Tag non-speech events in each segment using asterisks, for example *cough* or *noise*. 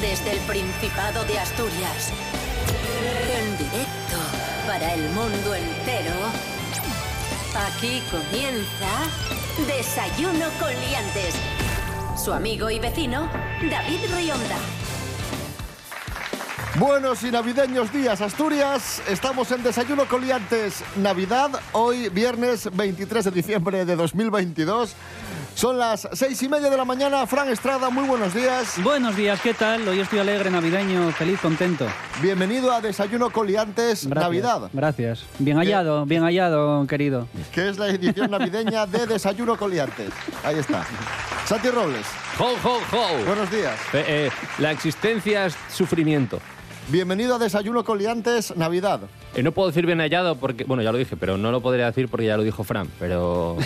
Desde el Principado de Asturias. En directo para el mundo entero. Aquí comienza Desayuno con Liantes. Su amigo y vecino, David Rionda. Buenos y navideños días, Asturias. Estamos en Desayuno Coliantes. Navidad, hoy viernes 23 de diciembre de 2022. Son las seis y media de la mañana. Fran Estrada, muy buenos días. Buenos días, ¿qué tal? Hoy estoy alegre, navideño, feliz, contento. Bienvenido a Desayuno Coliantes Gracias, Navidad, Gracias. Bien hallado, bien hallado, querido. que es la edición navideña de Desayuno Coliantes. Ahí está. Santi Robles, ¡Ho, ho, ho! buenos días. Eh, eh, la existencia es sufrimiento. Bienvenido a Desayuno Coliantes Navidad. Eh, no puedo decir bien hallado porque, bueno, ya lo dije, pero no lo podría decir porque ya lo dijo Fran, *laughs* pero...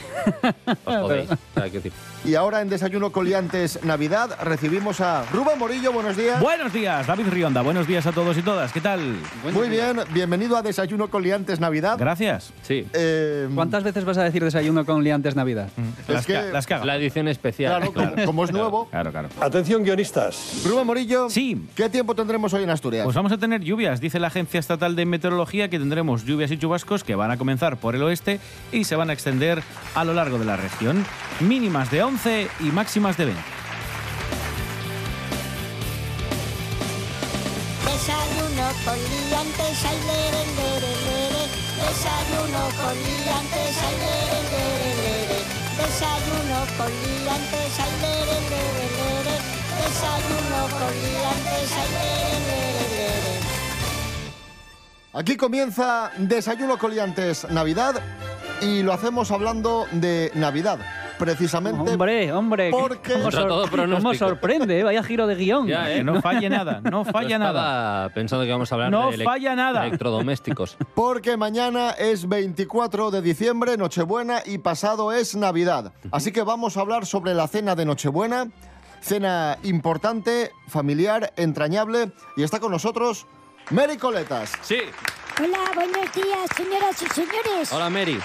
Os jodéis. O sea, quiero decir, Y ahora en Desayuno Coliantes Navidad recibimos a Rubén Morillo, buenos días. Buenos días, David Rionda. Buenos días a todos y todas. ¿Qué tal? Muy bien, bienvenido a Desayuno con Liantes Navidad. Gracias. sí, Eh, ¿Cuántas veces vas a decir desayuno con liantes Navidad? Mm, Las, que- ca- las cagas. la edición especial. Claro, Como, como es nuevo. Claro, claro. Atención guionistas. Rubén Morillo, Sí. ¿qué tiempo tendremos hoy en Asturias? Pues vamos a tener lluvias. Dice la Agencia Estatal de Meteorología que tendremos lluvias y chubascos que van a comenzar por el oeste y se van a extender a lo largo de la región. Mínimas de 11 y máximas de 20. Desayuno con liantes, ay, lere, lere, lere. Desayuno con liantes, ay, lere, lere, lere. Desayuno con liantes, ay, lere, lere, lere. Desayuno con liantes, ay, lere, lere, lere. Aquí comienza Desayuno con Liantes Navidad y lo hacemos hablando de Navidad. Precisamente. Hombre, hombre. Porque- ¿Cómo, Contra todo pronóstico. cómo sorprende? eh? Vaya giro de guión. Ya, eh. Pues Que no *laughs* falle nada, no Yo falla estaba nada. pensando que íbamos a hablar No de elec- falla nada. electrodomésticos. Porque mañana es 24 de diciembre, Nochebuena, y pasado es Navidad. Así que vamos a hablar sobre la cena de Nochebuena, cena importante, familiar, entrañable, y está con nosotros Mary Coletas. Sí. Hola, buenos días, señoras y señores. Hola, Mary.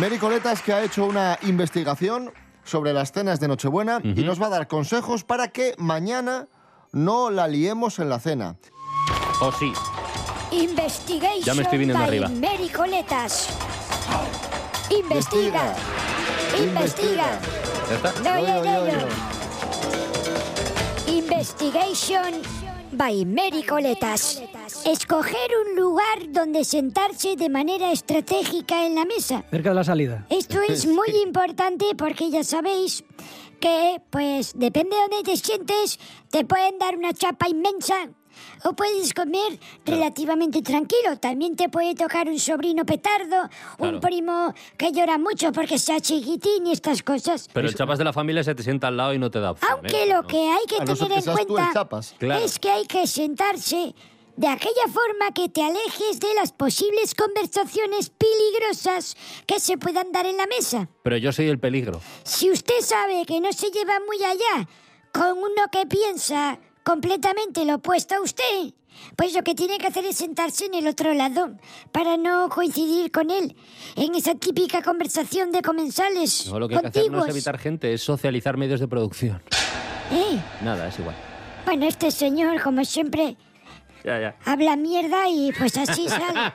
Mary Coletas que ha hecho una investigación sobre las cenas de Nochebuena y nos va a dar consejos para que mañana no la liemos en la cena. O sí. Investigation Ya me estoy viniendo by arriba. Mary Coletas. Investiga, investiga. ¿Ya está? No, Yo, yo, yo, yo, yo, yo. Investigation by Mary Coletas. Escoger un lugar donde sentarse de manera estratégica en la mesa. Cerca de la salida. Esto *laughs* es muy importante porque ya sabéis que, pues, depende de dónde te sientes, te pueden dar una chapa inmensa o puedes comer relativamente tranquilo. También te puede tocar un sobrino petardo, Claro. un primo que llora mucho porque sea chiquitín y estas cosas. Pero el chapas de la familia se te sienta al lado y no te da opción, Aunque ¿eh? lo No. que hay que A no ser tener que en seas tú el cuenta chapas. Claro. es que hay que sentarse de aquella forma que te alejes de las posibles conversaciones peligrosas que se puedan dar en la mesa. Pero yo soy el peligro. Si usted sabe que no se lleva muy allá con uno que piensa completamente lo opuesto a usted, pues lo que tiene que hacer es sentarse en el otro lado para no coincidir con él en esa típica conversación de comensales No, lo que hay que hacer no contiguos. es evitar gente, es socializar medios de producción. Eh, Nada, es igual. Bueno, este señor, como siempre, Ya, ya. habla mierda y pues *laughs* así sale.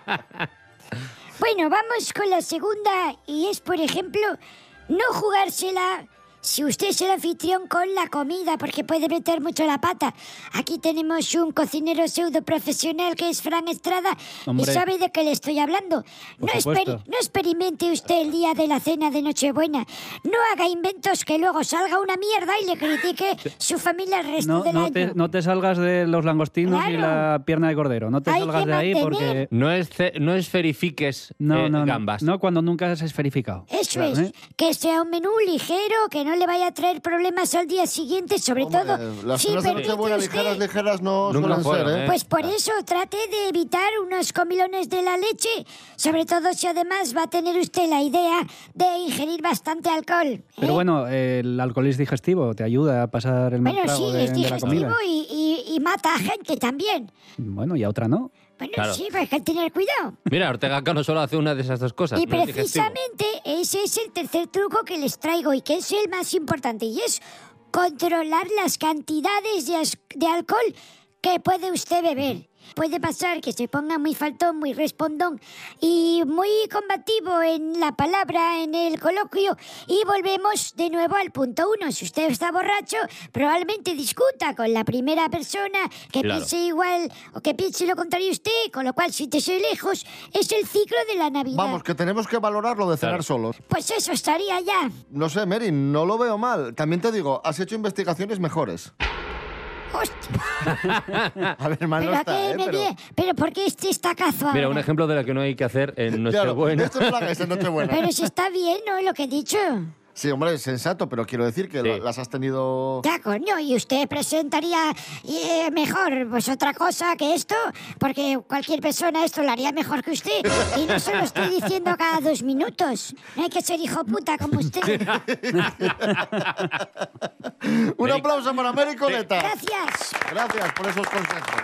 bueno, vamos con la segunda y es, por ejemplo, no jugársela si usted es el anfitrión con la comida, porque puede meter mucho la pata. Aquí tenemos un cocinero pseudo profesional que es Fran Estrada Hombre. y sabe de qué le estoy hablando. No, Por supuesto. esperi- no experimente usted el día de la cena de Nochebuena. No haga inventos que luego salga una mierda y le critique su familia al resto No, del no año. te, no te salgas de los langostinos y Claro. la pierna de cordero. No te Hay salgas que de ahí mantener- porque... No, es ce- no esferifiques No, eh, no, no. gambas. No cuando nunca has esferificado. Eso Claro, es, ¿eh? que sea un menú ligero, que no le vaya a traer problemas al día siguiente, sobre Hombre, todo las si cenas de permite Nochebuena usted- ligeras, ligeras no Nunca suelen fueron, ser, ¿eh? ¿eh? Pues por eso trate de evitar unos comilones de la leche, sobre todo si además va a tener usted la idea de ingerir bastante alcohol. ¿eh? Pero bueno, eh, el alcohol es digestivo, te ayuda a pasar el mal Bueno, sí, trago de, es de la comida. digestivo y, y- y mata a gente también. *laughs* Bueno, y a otra no. Bueno, Claro. sí, pero hay que tener cuidado. Mira, Ortega Cano solo hace una de esas dos cosas. Y no es digestivo. precisamente ese es el tercer truco que les traigo y que es el más importante y es controlar las cantidades de, as- de alcohol que puede usted beber. Puede pasar que se ponga muy faltón, muy respondón y muy combativo en la palabra, en el coloquio. Y volvemos de nuevo al punto uno. Si usted está borracho, probablemente discuta con la primera persona que Claro. piense igual o que piense lo contrario a usted, con lo cual, si te soy lejos, es el ciclo de la Navidad. Vamos, que tenemos que valorar lo de cenar Claro. solos. Pues eso estaría ya. No sé, Mary, no lo veo mal. También te digo, has hecho investigaciones mejores. Hostia, *laughs* A ver, mal pero, no a está, qué ¿eh? me Pero- vie- pero ¿por qué este está cazado? Mira, un ejemplo de lo que no hay que hacer en Claro, Nochebuena. *laughs* esto no lo hagáis en Nochebuena. Pero si está bien, ¿no? Lo que he dicho. Sí, hombre, es sensato, pero quiero decir que Sí. lo- las has tenido... Ya, coño, y usted presentaría eh, mejor pues otra cosa que esto, porque cualquier persona esto lo haría mejor que usted. Y no se lo estoy diciendo cada dos minutos. No hay que ser hijo puta como *laughs* usted. Un Mary- aplauso para Mary Coleta. Gracias. Gracias por esos consejos.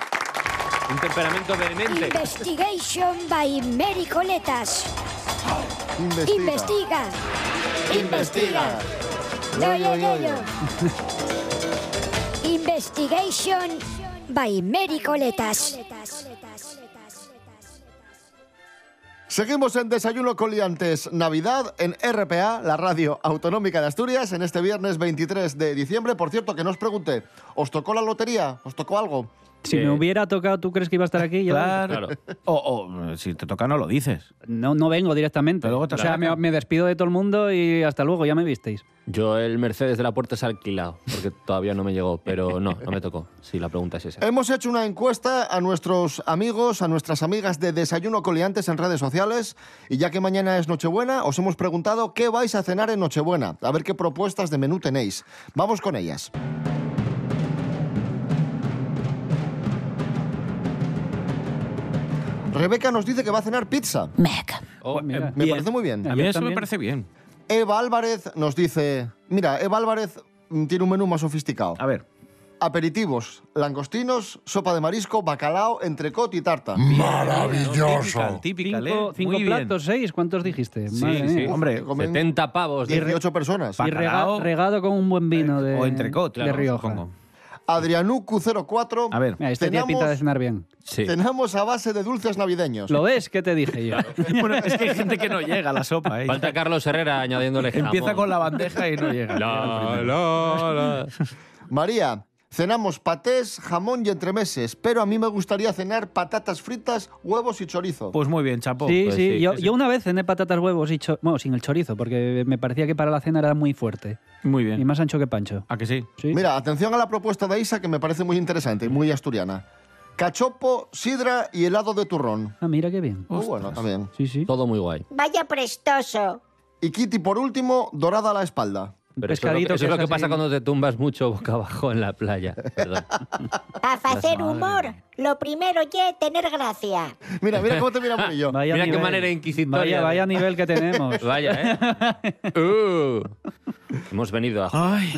Un temperamento vehemente. Investigation by Mary Coletas. Investiga. Investiga. Investiga. Doy en ello. Investigation by Mary Coletas. Seguimos en Desayuno con Liantes Navidad en RPA, la radio autonómica de Asturias, en este viernes 23 de diciembre. Por cierto, que no os pregunté, ¿os tocó la lotería? ¿Os tocó algo? Si Eh, me hubiera tocado, ¿tú crees que iba a estar aquí? Yo- Claro. Claro. O, o, si te toca, no lo dices. No, no vengo directamente. Pero luego te o sea, sacan. me, me despido de todo el mundo y hasta luego, ya me visteis. Yo el Mercedes de la puerta es alquilado, porque todavía no me llegó, pero no, no me tocó, si la pregunta es esa. Hemos hecho una encuesta a nuestros amigos, a nuestras amigas de Desayuno Coliantes en redes sociales y ya que mañana es Nochebuena, os hemos preguntado qué vais a cenar en Nochebuena, a ver qué propuestas de menú tenéis. Vamos con ellas. Rebeca nos dice que va a cenar pizza. Oh, mira. eh, Me bien. parece muy bien. A mí Ayer eso me también. parece bien. Eva Álvarez nos dice, mira, Eva Álvarez mm, tiene un menú más sofisticado. A ver. Aperitivos, langostinos, sopa de marisco, bacalao, entrecot y tarta. Maravilloso. Típica, ¿eh? Cinco, cinco Muy bien. platos, seis, ¿cuántos dijiste? Sí, Madre sí. mía. Hombre, comen 70 pavos. de- 18 personas. Y rega- Bacalao. Eh, regado con un buen vino de, o entrecot, claro, de Rioja. supongo. Adrianucu04. A ver. Mira, este tenemos, tío pinta de cenar bien. Sí. tenemos a base de dulces navideños. ¿Lo ves? *laughs* ¿Qué te dije yo? Bueno, es que hay gente que no llega a la sopa, ¿eh? Falta Carlos Herrera añadiéndole jamón. Empieza con la bandeja *laughs* y no llega. La, la, la. María, cenamos patés, jamón y entremeses, pero a mí me gustaría cenar patatas fritas, huevos y chorizo. Pues muy bien, chapo. Sí, Pues sí, sí, Yo, sí, sí. yo una vez cené patatas, huevos y cho- Bueno, sin el chorizo, porque me parecía que para la cena era muy fuerte. Muy Y bien. más ancho que pancho. ¿A que sí? Sí. Mira, atención a la propuesta de Isa que me parece muy interesante y muy asturiana. Cachopo, sidra y helado de turrón. Ah, mira qué bien. Muy bueno, también. Sí, sí. Todo muy guay. Vaya prestoso. Y Kitty, por último, dorada a la espalda. *laughs* Pero eso es lo que, eso es lo que pasa así. cuando te tumbas mucho boca abajo en la playa. Perdón. Para hacer humor, lo primero ya es tener gracia. *laughs* Mira, mira cómo te mira *laughs* Murillo. Vaya Mira qué manera inquisitoria Vaya, de- vaya nivel que tenemos. *laughs* Vaya, *laughs* ¿eh? Uh. Hemos venido a... Ay,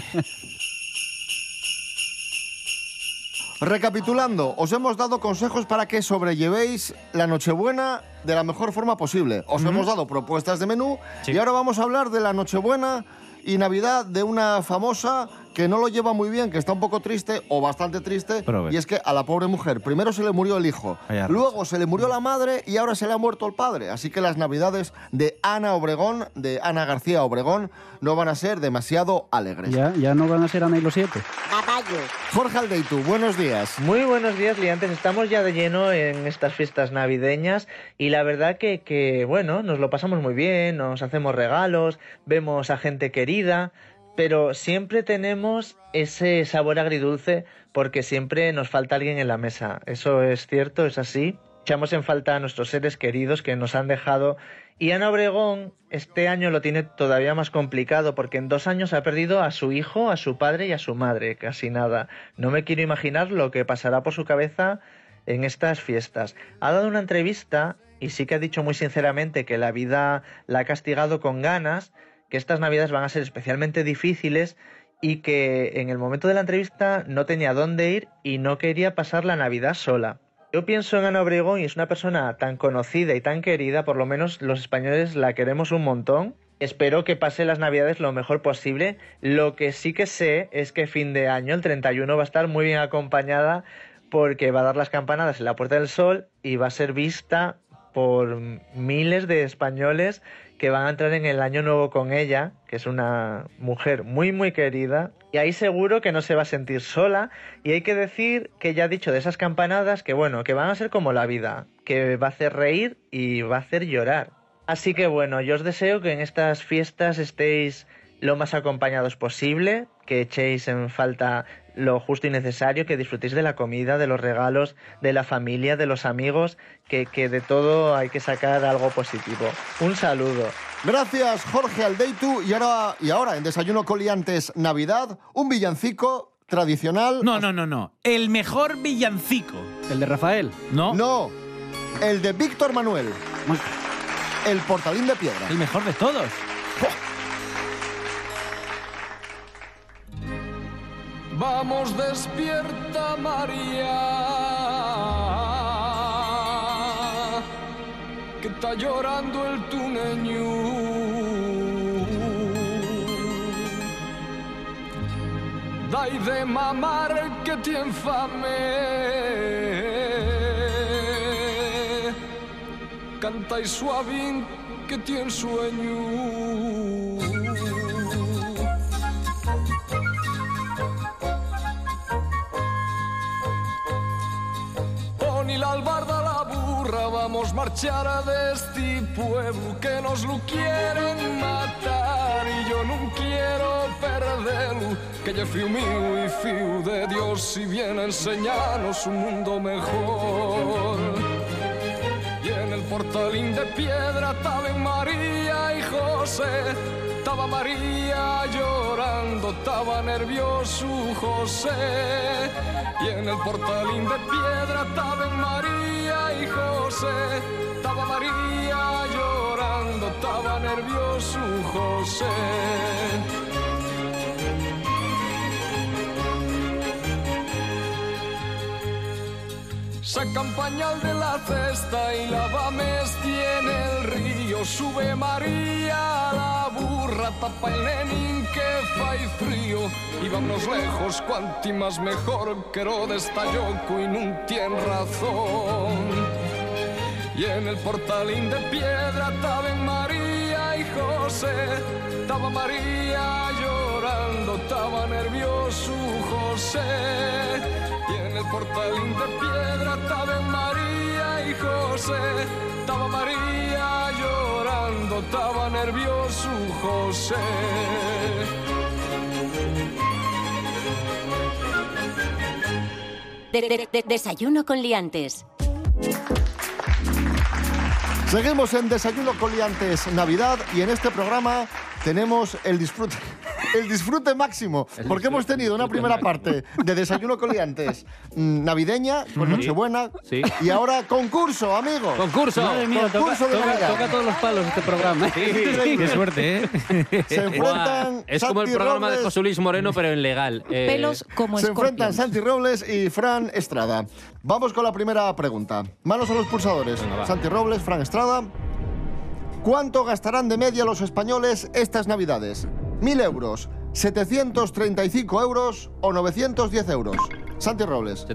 Recapitulando, os hemos dado consejos para que sobrellevéis la Nochebuena de la mejor forma posible. Os hemos dado propuestas de menú y ahora vamos a hablar de la Nochebuena y Navidad de una famosa que no lo lleva muy bien, que está un poco triste o bastante triste. Pero a ver. Y es que a la pobre mujer primero se le murió el hijo, Vaya luego se le murió la madre y ahora se le ha muerto el padre. Así que las Navidades de Ana Obregón, de Ana García Obregón, no van a ser demasiado alegres. Ya, ya no van a ser Ana y los siete. Caballo. Jorge Aldeitu, buenos días. Muy buenos días, Liantes. Estamos ya de lleno en estas fiestas navideñas y la verdad que, que, bueno, nos lo pasamos muy bien, nos hacemos regalos, vemos a gente querida, pero siempre tenemos ese sabor agridulce porque siempre nos falta alguien en la mesa. Eso es cierto, es así. Echamos en falta a nuestros seres queridos que nos han dejado. Y Ana Obregón este año lo tiene todavía más complicado porque en dos años ha perdido a su hijo, a su padre y a su madre, casi nada. No me quiero imaginar lo que pasará por su cabeza en estas fiestas. Ha dado una entrevista y sí que ha dicho muy sinceramente que la vida la ha castigado con ganas, que estas navidades van a ser especialmente difíciles y que en el momento de la entrevista no tenía dónde ir y no quería pasar la Navidad sola. Yo pienso en Ana Obregón y es una persona tan conocida y tan querida, por lo menos los españoles la queremos un montón Espero que pase las navidades lo mejor posible. Lo que sí que sé es que fin de año, el 31, va a estar muy bien acompañada porque va a dar las campanadas en la Puerta del Sol y va a ser vista por miles de españoles que van a entrar en el año nuevo con ella, que es una mujer muy muy querida, y ahí seguro que no se va a sentir sola, y hay que decir que ya ha dicho de esas campanadas que bueno, que van a ser como la vida, que va a hacer reír y va a hacer llorar. Así que bueno, yo os deseo que en estas fiestas estéis lo más acompañados posible, que echéis en falta lo justo y necesario, que disfrutéis de la comida, de los regalos, de la familia, de los amigos, que, que de todo hay que sacar algo positivo. Un saludo. Gracias, Jorge Aldeitu. Y ahora, y ahora en Desayuno Coliantes Navidad, un villancico tradicional. No, no, no, no. El mejor villancico. El de Rafael. No. No, el de Víctor Manuel. El portalín de piedra. El mejor de todos. Vamos, despierta María, que está llorando el tuneño. Dai de mamar que te infame. Canta y suavín que tiene sueño. Pon y la albarda a la burra, vamos marchar a de este pueblo que nos lo quieren matar y yo no quiero perderlo. Que yo fui mío y fío de Dios si viene a enseñarnos un mundo mejor. Y en el portalín de piedra estaban María y José. Estaba María llorando, estaba nervioso José. Y en el portalín de piedra estaban María y José. Estaba María llorando, estaba nervioso José. Sacan pañal de la cesta y lavames tiene el río. Sube María a la burra, tapa el nenín que fai frío. Y vámonos lejos, cuanti más mejor, que Herodes está yoco y nun tien razón. Y en el portalín de piedra estaban María y José. Estaba María llorando, estaba nervioso José. Y en el portalín de piedra estaban María y José. Estaba María llorando, estaba nervioso José. De- de- de- desayuno con liantes. Seguimos en Desayuno Coliantes Navidad y en este programa tenemos el disfrute. *laughs* El disfrute máximo, El porque hemos disfrute, tenido una disfrute primera máximo. parte de Desayuno Coliantes navideña, con Nochebuena, Sí. y ahora concurso, amigos. ¡Concurso! Madre mía, toca, Concurso de toca- Navidad. toca todos los palos este programa. ¿eh? *laughs* Qué suerte, *laughs* ¿eh? Se enfrentan Buah, es como el Santi programa de Robles- José Luis Moreno, pero en legal. Eh, Pelos como Se escorpión. enfrentan Santi Robles y Fran Estrada. Vamos con la primera pregunta. Manos a los pulsadores. Santi Robles, Fran Estrada. ¿Cuánto gastarán de media los españoles estas Navidades? ¿1000 euros, 735 euros o 910 euros? Santi Robles.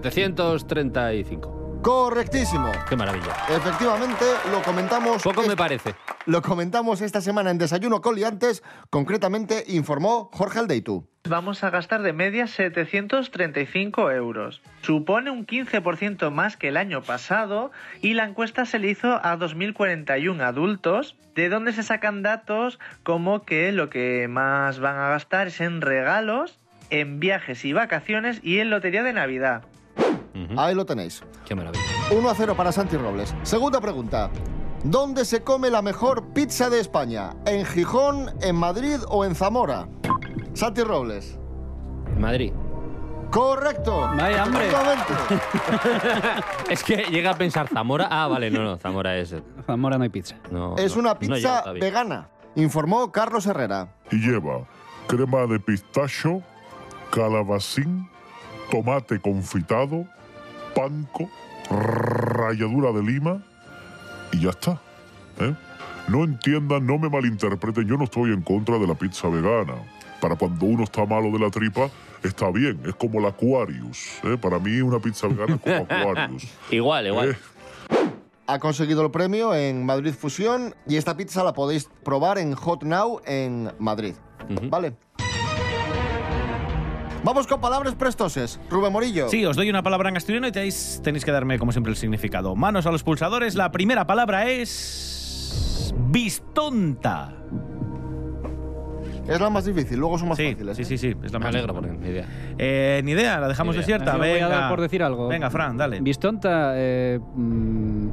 735. Correctísimo. Qué maravilla. Efectivamente, lo comentamos. Poco me est- parece. Lo comentamos esta semana en Desayuno con Liantes. Concretamente, informó Jorge Aldeitu. Vamos a gastar de media 735 euros. Supone un 15% más que el año pasado y la encuesta se le hizo a 2.041 adultos, de donde se sacan datos como que lo que más van a gastar es en regalos, en viajes y vacaciones y en lotería de Navidad. Ujú. Ahí lo tenéis. Qué maravilla. 1 a 0 para Santi Robles. Segunda pregunta. ¿Dónde se come la mejor pizza de España? ¿En Gijón, en Madrid o en Zamora? Santi Robles. En Madrid. Correcto. Vaya, hombre. Efectivamente. *laughs* Es que llega a pensar Zamora. Ah, vale, no, no, Zamora es. Zamora no hay pizza. No, Es no, una no llega pizza todavía. vegana, informó Carlos Herrera. y lleva crema de pistacho, calabacín, tomate confitado, panco, ralladura de lima y ya está. ¿eh? No entiendan, no me malinterpreten, yo no estoy en contra de la pizza vegana. Para cuando uno está malo de la tripa, está bien, es como el Aquarius. ¿eh? Para mí una pizza vegana es *laughs* como Aquarius. Igual, igual. Eh, Ha conseguido el premio en Madrid Fusión y esta pizza la podéis probar en Hot Now en Madrid. ¿Vale? Vamos con palabras prestoses. Rubén Morillo. Sí, os doy una palabra en asturiano y tenéis, tenéis que darme, como siempre, el significado. Manos a los pulsadores. La primera palabra es. Bistonta. Es la más difícil, luego son más Sí, fáciles. sí, ¿eh? sí, sí, es la Me más- alegro porque ni idea. Eh, ni idea, la dejamos Ni idea. desierta. Yo Venga. voy a dar por decir algo. Venga, Fran, dale. Vistonta, eh, mm,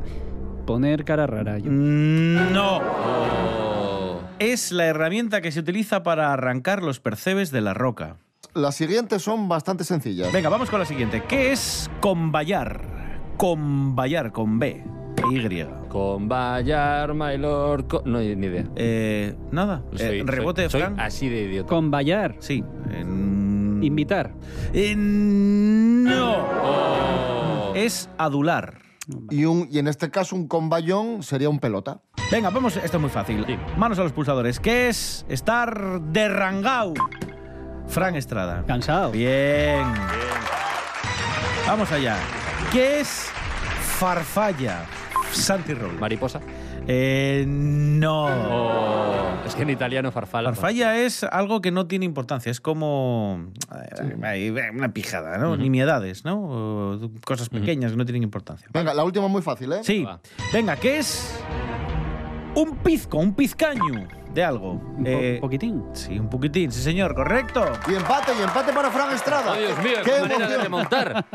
poner cara rara. yo. Mm, No. Oh. Es la herramienta que se utiliza para arrancar los percebes de la roca. Las siguientes son bastante sencillas. Venga, vamos con la siguiente. ¿Qué es convallar? Convallar con B. E Y. Con Bayar, My Lord. co- No, ni idea. Eh, nada. Eh, Soy- rebote, soy, soy Fran. así de idiota. Convallar, Sí. en- Mm. invitar. Eh, no. Oh. Es adular. Y, un, y en este caso un convallón sería un pelota. Venga, vamos. Esto es muy fácil. Sí. Manos a los pulsadores. ¿Qué es estar derrangao? Fran Estrada. Cansado. Bien. Vamos allá. ¿Qué es farfalla? Santi Roll. Mariposa. Eh, no. Oh. Es que en italiano farfalla. Farfalla es algo que no tiene importancia, es como eh, una pijada, ¿no? Nimiedades, ¿no? O cosas pequeñas que no tienen importancia. Venga, la última es muy fácil, ¿eh? Sí. Va. Venga, ¿qué es? Un pizco, un pizcaño de algo. Un po- Eh, poquitín. sí, un poquitín, sí señor, correcto. Y empate, y empate para Fran Estrada. Oh, Dios mío, ¡Qué qué manera de emoción! remontar.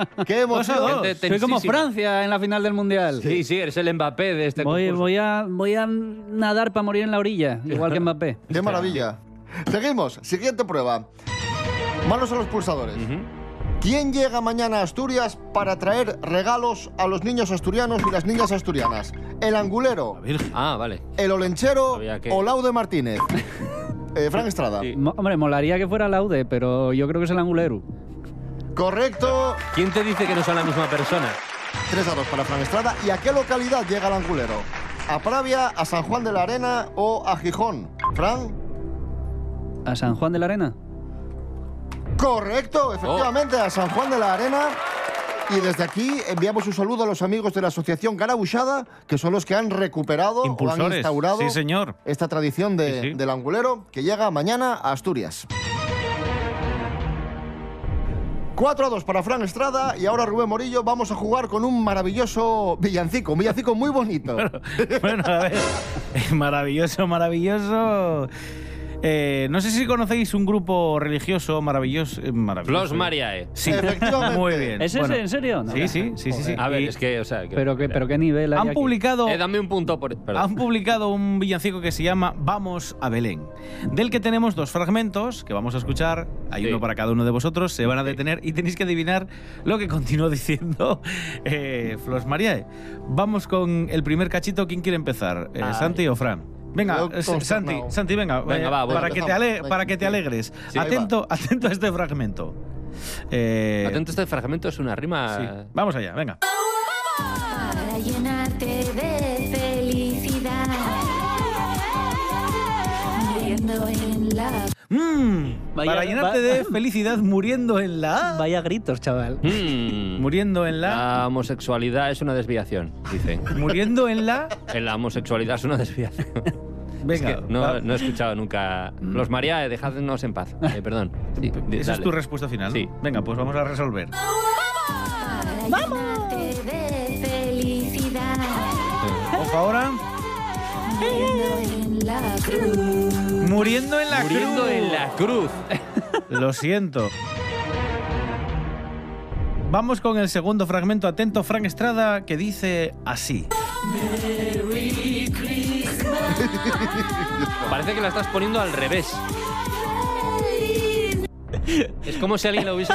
Dos ¡Qué a emoción! dos. Gente Soy como tensísima. Francia en la final del Mundial. Sí, sí, eres el Mbappé de este Voy, concurso. voy a, voy a nadar para morir en la orilla, igual *laughs* que Mbappé. ¡Qué maravilla! Seguimos, siguiente prueba. Manos a los pulsadores. ¿Quién llega mañana a Asturias para traer regalos a los niños asturianos y las niñas asturianas? ¿El angulero, Ah, vale. el olenchero Sabía que- o *laughs* Laude Martínez? Eh, Fran Estrada. Sí. Mo- hombre, molaría que fuera Laude, pero yo creo que es el Anguleru. Correcto. ¿Quién te dice que no son la misma persona? 3 a 2 para Fran Estrada. ¿Y a qué localidad llega el angulero? ¿A Pravia, a San Juan de la Arena o a Gijón? Fran. ¿A San Juan de la Arena? Oh. Correcto, efectivamente, a San Juan de la Arena. Y desde aquí enviamos un saludo a los amigos de la Asociación Garabuchada, que son los que han recuperado o han Impulsores. instaurado Sí, señor. esta tradición de- Sí, sí. del angulero que llega mañana a Asturias. 4 a 2 para Fran Estrada y ahora Rubén Morillo vamos a jugar con un maravilloso villancico, un villancico *laughs* muy bonito. *laughs* Bueno, a ver. Maravilloso, maravilloso. Eh, no sé si conocéis un grupo religioso maravilloso. eh, maravilloso. Flos E. Mariae. Sí, *laughs* Efectivamente. muy bien. ¿Es ese, Bueno, en serio? No, Sí, ya. sí, sí, sí, sí. A ver, Y es que, o sea... que- Pero, que, pero qué nivel hay han aquí. publicado, Eh, dame un punto por... perdón. han publicado un villancico que se llama Vamos a Belén, del que tenemos dos fragmentos que vamos a escuchar. Hay Sí. uno para cada uno de vosotros, se van a detener y tenéis que adivinar lo que continúa *laughs* diciendo eh, Flos Mariae. Vamos con el primer cachito. ¿Quién quiere empezar? Eh, Ay. ¿Santi o Fran? Venga, Yo eh, Santi, consternado. Santi, venga, Venga, eh, va, voy. para, que te ale- Venga, para que te sí. alegres. Sí, ahí va. atento, atento a este fragmento. Eh, Atento, este fragmento es una sí. rima... Vamos allá, venga. Para llenarte de felicidad. Muriendo en la... Mm, Vaya- para llenarte va- de felicidad *laughs* muriendo en la... Vaya gritos, chaval. *laughs* Mm. Muriendo en la... La homosexualidad es una desviación, dice. *laughs* Muriendo en la... En la homosexualidad es una desviación. *laughs* Venga, Es que no, va. no he escuchado nunca... Los Mariae, dejadnos en paz. Eh, perdón. Sí, Esa di- es dale. tu respuesta final. ¿no? Sí. Venga, pues vamos a resolver. ¡Vamos! de felicidad. Ojo ahora. Muriendo en la cruz. Muriendo en la Muriendo cruz. en la cruz. *laughs* Lo siento. Vamos con el segundo fragmento. Atento, Frank Estrada, que dice así. Parece que la estás poniendo al revés. Es como si alguien lo hubiese...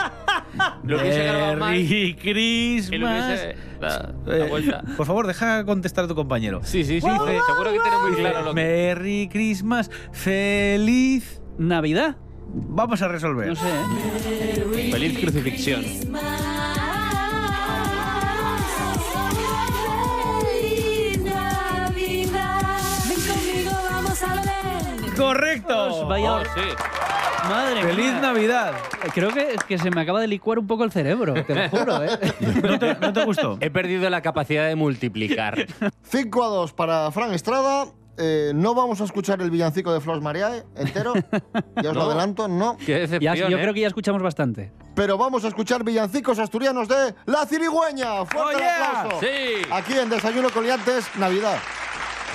Lo hubiese grabado mal y Merry lo Christmas. hubiese... La, Eh, la vuelta. por favor, deja contestar a tu compañero. Sí, sí, sí. dice, seguro que tiene muy claro lo que... Merry Christmas. Feliz. ¿Navidad? Vamos a resolver. No sé, ¿eh? Feliz crucifixión. Feliz Navidad. Ven conmigo. ¡Correcto! Vaya- Oh, sí. Madre ¡Feliz mía. Navidad! Creo que, que se me acaba de licuar un poco el cerebro, te lo juro, ¿eh? ¿No te, no te gustó? He perdido la capacidad de multiplicar. 5 a 2 para Fran Estrada. Eh, no vamos a escuchar el villancico de Flos Mariae *laughs* entero. Ya os lo No. adelanto, no. Qué Ya- decepción, yo ¿eh? creo que ya escuchamos bastante. Pero vamos a escuchar villancicos asturianos de La Cirigüeña. ¡Fuerte Oh, el yeah. aplauso! Sí. Aquí en Desayuno con Liantes, Navidad.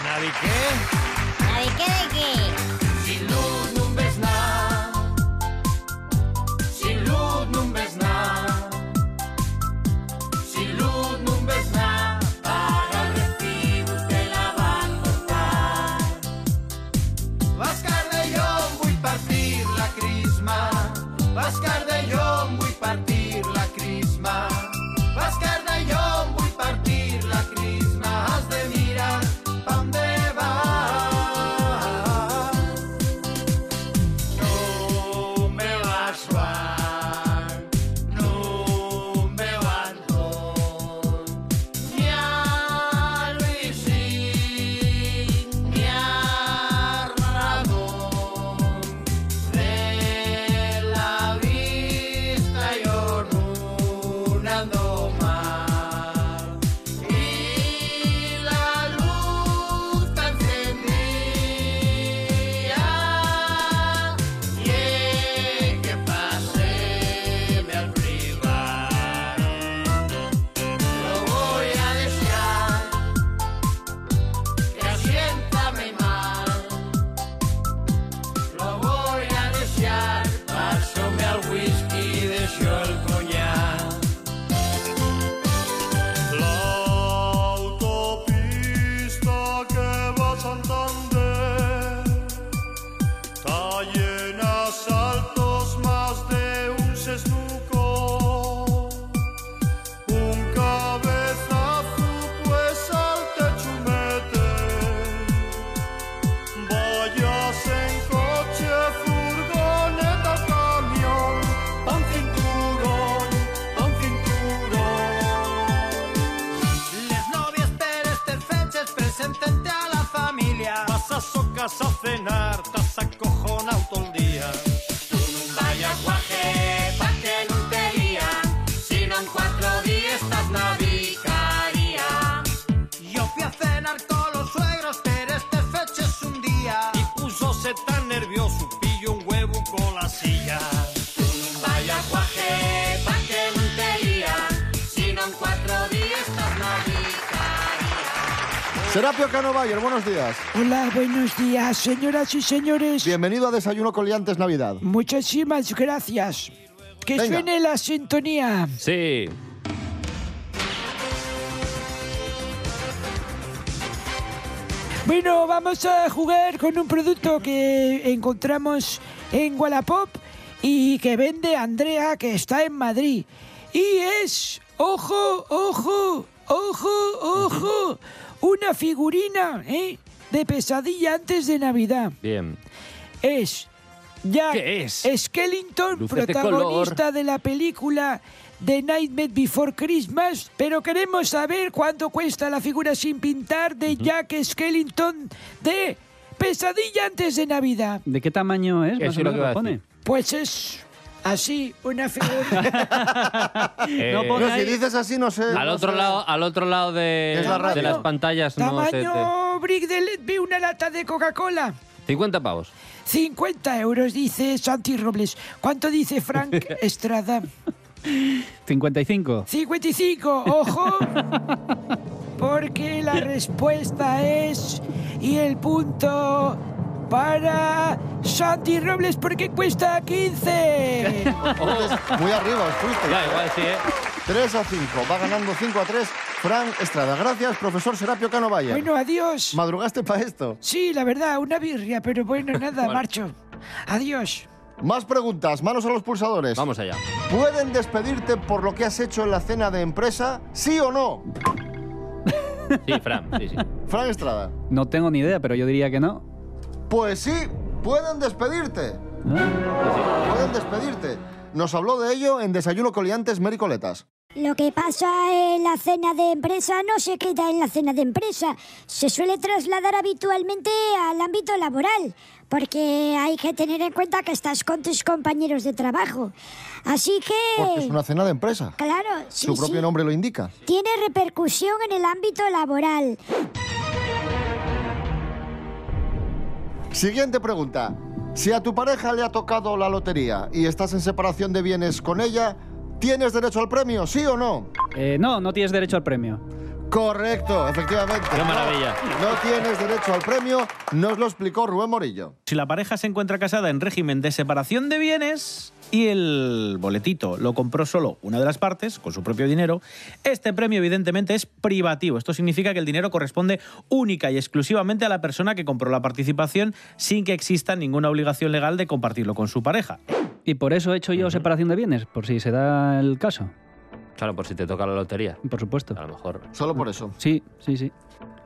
¿Sabes qué de qué? Serapio Canovayer, buenos días. Hola, buenos días, señoras y señores. Bienvenido a Desayuno con Liantes Navidad. Muchísimas gracias. Que Venga. suene la sintonía. Sí. Bueno, vamos a jugar con un producto que encontramos en Wallapop y que vende Andrea, que está en Madrid. Y es, ojo, ojo, ojo, ojo, una figurina ¿eh? de pesadilla antes de Navidad. Bien. es Jack ¿Qué es? Skellington, Luces de protagonista de la película The Nightmare Before Christmas, pero queremos saber cuánto cuesta la figura sin pintar de Jack Skellington de Pesadilla antes de Navidad. ¿De qué tamaño es? Eso Más o es lo menos que iba a pone. decir. Pues es así una figura. *laughs* Eh, No No, ponga- si dices así, no sé. al no otro sé. lado, ah, al otro lado de, Es la radio. de las pantallas no se te- tamaño brick de LED, vi una lata de Coca-Cola. 50 pavos. 50 euros, dice Santi Robles. ¿Cuánto dice Frank *laughs* Estrada? 55. 55, ojo, porque la respuesta es y el punto para Santi Robles porque cuesta 15. Entonces, muy arriba os fuisteis. Ya, igual sí, ¿eh? 3 a 5. Va ganando 5 a 3 Fran Estrada. Gracias, profesor Serapio Canovayer. Bueno, adiós. Madrugaste para esto. Sí, la verdad, una birria, pero *laughs* bueno, nada, marcho. Adiós. Más preguntas. Manos a los pulsadores. Vamos allá. ¿Pueden despedirte por lo que has hecho en la cena de empresa? ¿Sí o no? Sí, Fran, sí, sí. Fran Estrada. No tengo ni idea, pero yo diría que no. Pues sí, pueden despedirte. ¿Ah? ¿Eh? Pueden despedirte. Nos habló de ello en Desayuno Coliantes Mericoletas. Lo que pasa en la cena de empresa no se queda en la cena de empresa, se suele trasladar habitualmente al ámbito laboral, porque hay que tener en cuenta que estás con tus compañeros de trabajo. Así que... Porque es una cena de empresa. Claro, sí, Su propio sí. nombre lo indica. Tiene repercusión en el ámbito laboral. Siguiente pregunta. Si a tu pareja le ha tocado la lotería y estás en separación de bienes con ella, ¿tienes derecho al premio, sí o no? Eh, no, no tienes derecho al premio. Correcto, efectivamente. Qué maravilla. No tienes derecho al premio, nos lo explicó Rubén Morillo. Si la pareja se encuentra casada en régimen de separación de bienes y el boletito lo compró solo una de las partes con su propio dinero, este premio evidentemente es privativo. Esto significa que el dinero corresponde única y exclusivamente a la persona que compró la participación sin que exista ninguna obligación legal de compartirlo con su pareja. Y por eso he hecho yo separación de bienes, por si se da el caso. Claro, por si te toca la lotería. Por supuesto. A lo mejor. Solo por eso. Sí, sí, sí.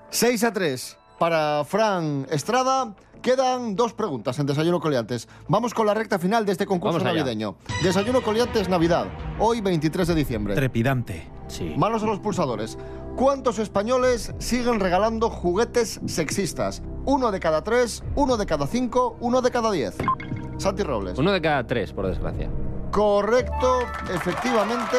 6 a 3 para Fran Estrada. Quedan dos preguntas en Desayuno Coliantes. Vamos con la recta final de este concurso Vamos allá. navideño. Desayuno Coliantes Navidad, hoy 23 de diciembre. Trepidante. Sí. Manos a los pulsadores. ¿Cuántos españoles siguen regalando juguetes sexistas? Uno de cada tres, uno de cada cinco, uno de cada diez. Santi Robles. Uno de cada tres, por desgracia. Correcto, efectivamente,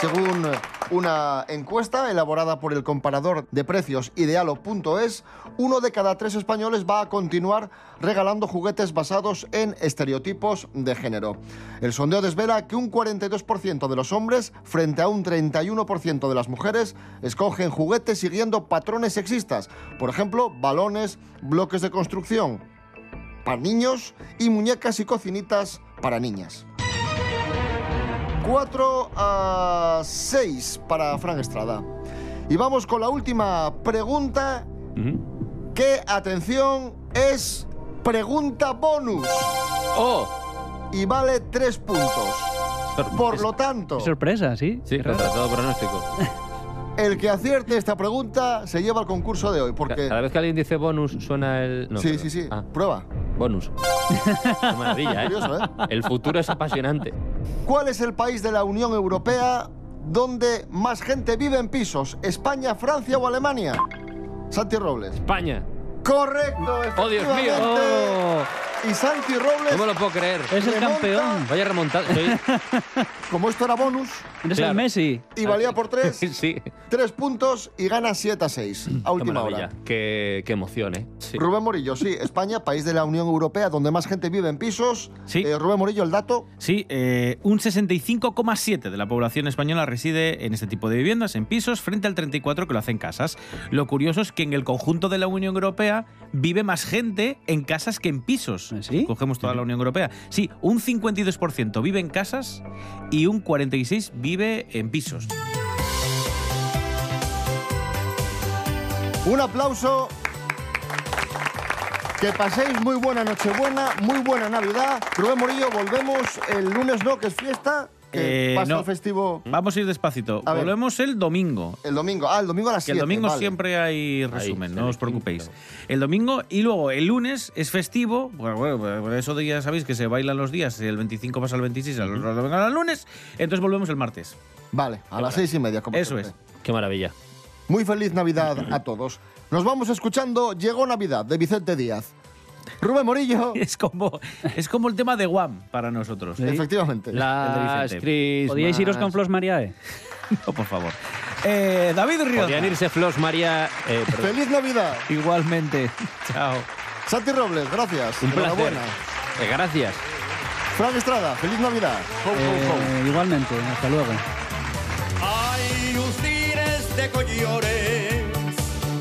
según una encuesta elaborada por el comparador de precios idealo.es, uno de cada tres españoles va a continuar regalando juguetes basados en estereotipos de género. El sondeo desvela que un 42% de los hombres, frente a un 31% de las mujeres, escogen juguetes siguiendo patrones sexistas, por ejemplo, balones, bloques de construcción, para niños y muñecas y cocinitas para niñas. 4 a 6 para Fran Estrada. Y vamos con la última pregunta, que, atención, es pregunta bonus. ¡Oh! Y vale 3 puntos. Por lo tanto, Sorpresa, sí. Sí, contra todo pronóstico. el que acierte esta pregunta se lleva al concurso de hoy, porque... Cada vez que alguien dice bonus, suena el. no, sí, perdón. sí, sí. Ah, Prueba. *laughs* bonus. Qué maravilla, ¿eh? Curioso, ¿eh? El futuro es apasionante. ¿Cuál es el país de la Unión Europea donde más gente vive en pisos? ¿España, Francia o Alemania? Santi Robles. España. Correcto, ¡Oh, Dios mío! efectivamente. ¡Oh! Y Santi Robles, No me lo puedo creer. Es el Remonta. campeón. Vaya remontada. *laughs* Soy- como esto era bonus Eres Claro. el Messi. y valía por tres, *laughs* sí. Qué tres puntos y gana 7 a 6 a última maravilla. hora. Qué, qué emoción, ¿eh? Sí. Rubén Morillo, sí, España, país de la Unión Europea donde más gente vive en pisos. Sí. Eh, Rubén Morillo, el dato. Sí, eh, un 65,7 de la población española reside en este tipo de viviendas, en pisos, frente al 34 que lo hace en casas. Lo curioso es que en el conjunto de la Unión Europea vive más gente en casas que en pisos. ¿Ah, sí? Cogemos toda la Unión Europea. Sí, un 52% vive en casas y un 46 vive en pisos. Un aplauso. Que paséis muy buena Nochebuena, muy buena Navidad. Rubén Morillo, volvemos el lunes, ¿no? Que es fiesta. Que Eh, pasa no. el festivo Vamos a ir despacito. A ver. Volvemos el domingo. el domingo. Ah, el domingo a las Que 7. el domingo vale. siempre hay resumen, Ahí, no os selección, preocupéis. claro. El domingo y luego el lunes es festivo. Bueno, bueno, por eso de- ya sabéis que se bailan los días. El 25 pasa al 26, al otro domingo al lunes. Entonces volvemos el martes. Vale, a las seis y media. Como Eso siempre. es. Qué maravilla. Muy feliz Navidad a todos. Nos vamos escuchando Llegó Navidad de Vicente Díaz. *laughs* Rubén Morillo, Es como, es como el tema de Guam para nosotros. efectivamente. Las Vicente. Christmas. Podíais iros con Flos E? *laughs* Mariae. No, por favor. Eh, David Rioja. Podían irse Flos María. eh, perdón. Feliz Navidad. Igualmente. Chao. Santi Robles, gracias. Un placer. Enhorabuena. Eh, gracias. Fran Estrada, feliz Navidad. Ho, ho, ho. Eh, igualmente, hasta luego. Hay lucines de collores este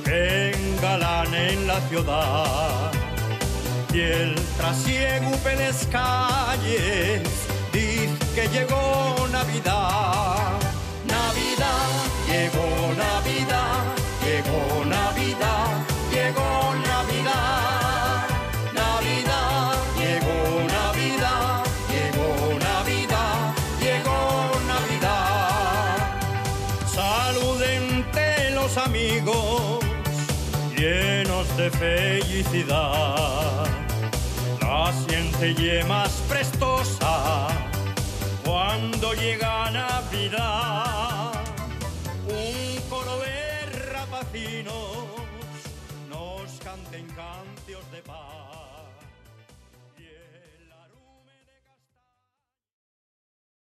que engalanen la ciudad y el trasiego en las calles dice que llegó Navidad. Navidad, llegó Navidad, llegó Navidad, llegó Navidad. Navidad, llegó Navidad, llegó Navidad, llegó Navidad. Saludente los amigos, llenos de felicidad. La siente ye más prestosa cuando llega Navidad. canten cantios de paz.